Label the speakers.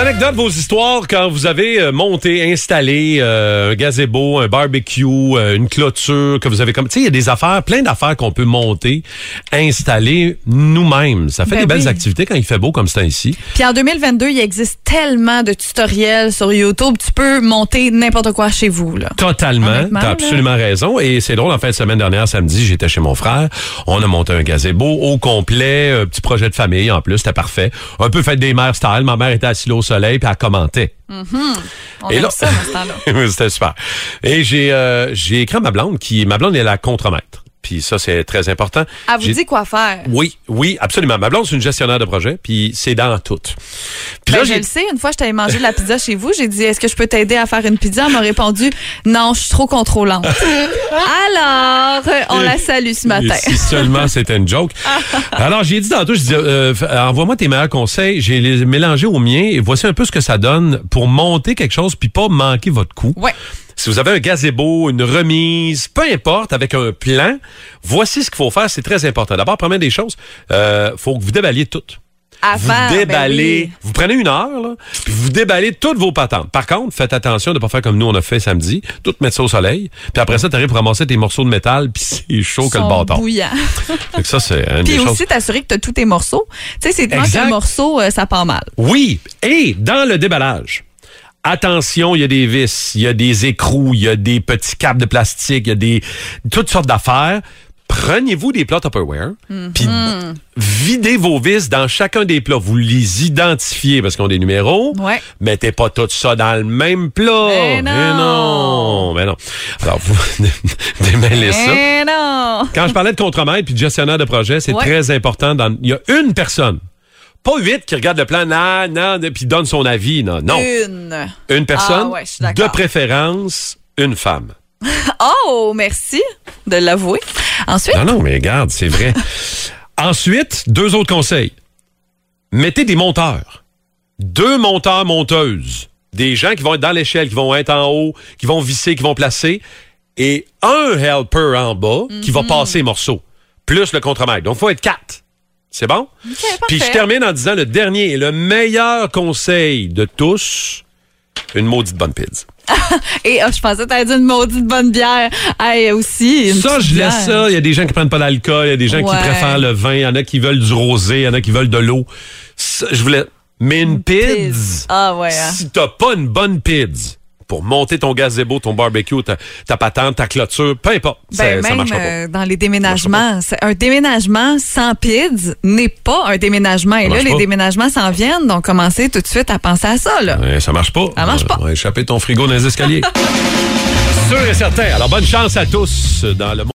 Speaker 1: anecdotes, vos histoires quand vous avez euh, monté, installé euh, un gazebo, un barbecue, euh, une clôture que vous avez comme tu sais, il y a des affaires, plein d'affaires qu'on peut monter, installer nous-mêmes. Ça fait
Speaker 2: Ben
Speaker 1: des belles
Speaker 2: oui.
Speaker 1: activités quand il fait beau comme ça ici.
Speaker 2: Puis en 2022, il existe tellement de tutoriels sur YouTube, tu peux monter n'importe quoi chez vous. Là.
Speaker 1: Totalement.
Speaker 2: Honnêtement,
Speaker 1: T'as
Speaker 2: là.
Speaker 1: absolument raison. Et c'est drôle, en fait, semaine dernière, samedi, j'étais chez mon frère. On a monté un gazebo au complet, un petit projet de famille en plus, c'était parfait. Un peu fête des mères style. Ma mère était assise au soleil puis elle commentait.
Speaker 2: On
Speaker 1: Et
Speaker 2: aime
Speaker 1: là-
Speaker 2: ça dans ce temps-là.
Speaker 1: Oui, C'était super. Et j'ai euh, j'ai écrit à ma blonde qui ma blonde elle est la contremaître. Puis ça c'est très important.
Speaker 2: Elle Ah, vous
Speaker 1: J'ai-
Speaker 2: dit quoi faire.
Speaker 1: Oui, oui, absolument. Ma blonde c'est une gestionnaire de projet, puis c'est dans tout. Puis
Speaker 2: Ben,
Speaker 1: là
Speaker 2: je
Speaker 1: j'ai
Speaker 2: le sais, une fois, je t'allais manger de la pizza chez vous. J'ai dit, est-ce que je peux t'aider à faire une pizza? Elle m'a répondu, non, je suis trop contrôlante. Alors, euh, on la salue ce matin.
Speaker 1: si seulement c'était une joke. Alors j'ai dit dans tout, je dis euh, f- envoie-moi tes meilleurs conseils, j'ai les mélangés aux miens et voici un peu ce que ça donne pour monter quelque chose puis pas manquer votre coup.
Speaker 2: Ouais.
Speaker 1: Si vous avez un gazebo, une remise, peu importe, avec un plan, voici ce qu'il faut faire. C'est très important. D'abord, première des choses, euh, faut que vous déballiez tout.
Speaker 2: À
Speaker 1: Vous
Speaker 2: faire, ben
Speaker 1: déballez,
Speaker 2: oui.
Speaker 1: vous prenez une heure, là, puis vous déballez toutes vos patentes. Par contre, faites attention de pas faire comme nous on a fait samedi, tout mettre ça au soleil, puis après ça, t'arrives pour ramasser tes morceaux de métal, puis c'est chaud que le
Speaker 2: Sont
Speaker 1: bâton.
Speaker 2: bouillants.
Speaker 1: Fait que ça, c'est une
Speaker 2: Puis
Speaker 1: des choses.
Speaker 2: aussi, t'assurer que t'as tous tes morceaux. Tu sais, c'est de manquer
Speaker 1: Exact.
Speaker 2: un morceau, euh, ça part mal.
Speaker 1: Oui, et dans le déballage. Attention, il y a des vis, il y a des écrous, il y a des petits câbles de plastique, il y a des toutes sortes d'affaires. Prenez-vous des plats Tupperware,
Speaker 2: Mhm.
Speaker 1: puis videz vos vis dans chacun des plats. Vous les identifiez parce qu'ils ont des numéros.
Speaker 2: Ouais.
Speaker 1: Mettez pas tout ça dans le même plat.
Speaker 2: Mais non.
Speaker 1: Mais non. Mais non. Alors, vous démêlez ça.
Speaker 2: Eh non!
Speaker 1: Quand je parlais de contremaître puis de gestionnaire de projet, c'est
Speaker 2: Ouais.
Speaker 1: très important. dans- Il y a une personne, pas huit, qui regarde le plan, non, non, de- puis donne son avis. Non, non.
Speaker 2: Une.
Speaker 1: Une personne,
Speaker 2: Euh. Ah ouais, je suis d'accord.
Speaker 1: de préférence, une femme.
Speaker 2: Oh, merci de l'avouer. Ensuite,
Speaker 1: Non, non, mais regarde, c'est vrai. Ensuite, deux autres conseils. Mettez des monteurs. Deux monteurs monteuses. Des gens qui vont être dans l'échelle, qui vont être en haut, qui vont visser, qui vont placer. Et un helper en bas qui va passer les morceaux. Plus le contremaître. Donc, il faut être quatre. C'est bon? Puis je
Speaker 2: parfait.
Speaker 1: termine en disant le dernier et le meilleur conseil de tous, une maudite bonne pizza.
Speaker 2: et oh, je pensais que t'avais dit une maudite bonne bière. Hey, aussi. une
Speaker 1: Ça,
Speaker 2: petite
Speaker 1: je laisse
Speaker 2: bière.
Speaker 1: ça. Il y a des gens qui prennent pas d'alcool, il y a des gens qui
Speaker 2: Ouais.
Speaker 1: préfèrent le vin, il y en a qui veulent du rosé, il y en a qui veulent de l'eau. Ça, Je voulais. Mais une pids.
Speaker 2: Ah ouais. hein.
Speaker 1: Si t'as pas une bonne pids pour monter ton gazebo, ton barbecue, ta, ta patente, ta clôture, peu importe, ça,
Speaker 2: Ben,
Speaker 1: ça
Speaker 2: même
Speaker 1: marchera pas.
Speaker 2: euh, dans les déménagements, c'est- un déménagement sans PIDS n'est pas un déménagement. Et là,
Speaker 1: marche
Speaker 2: les
Speaker 1: pas.
Speaker 2: déménagements s'en viennent, donc commencez tout de suite à penser à ça. Là.
Speaker 1: Ouais, ça marche pas.
Speaker 2: Ça marche pas.
Speaker 1: On va échapper ton frigo dans les escaliers. Sûr et certain. Alors, bonne chance à tous dans le monde.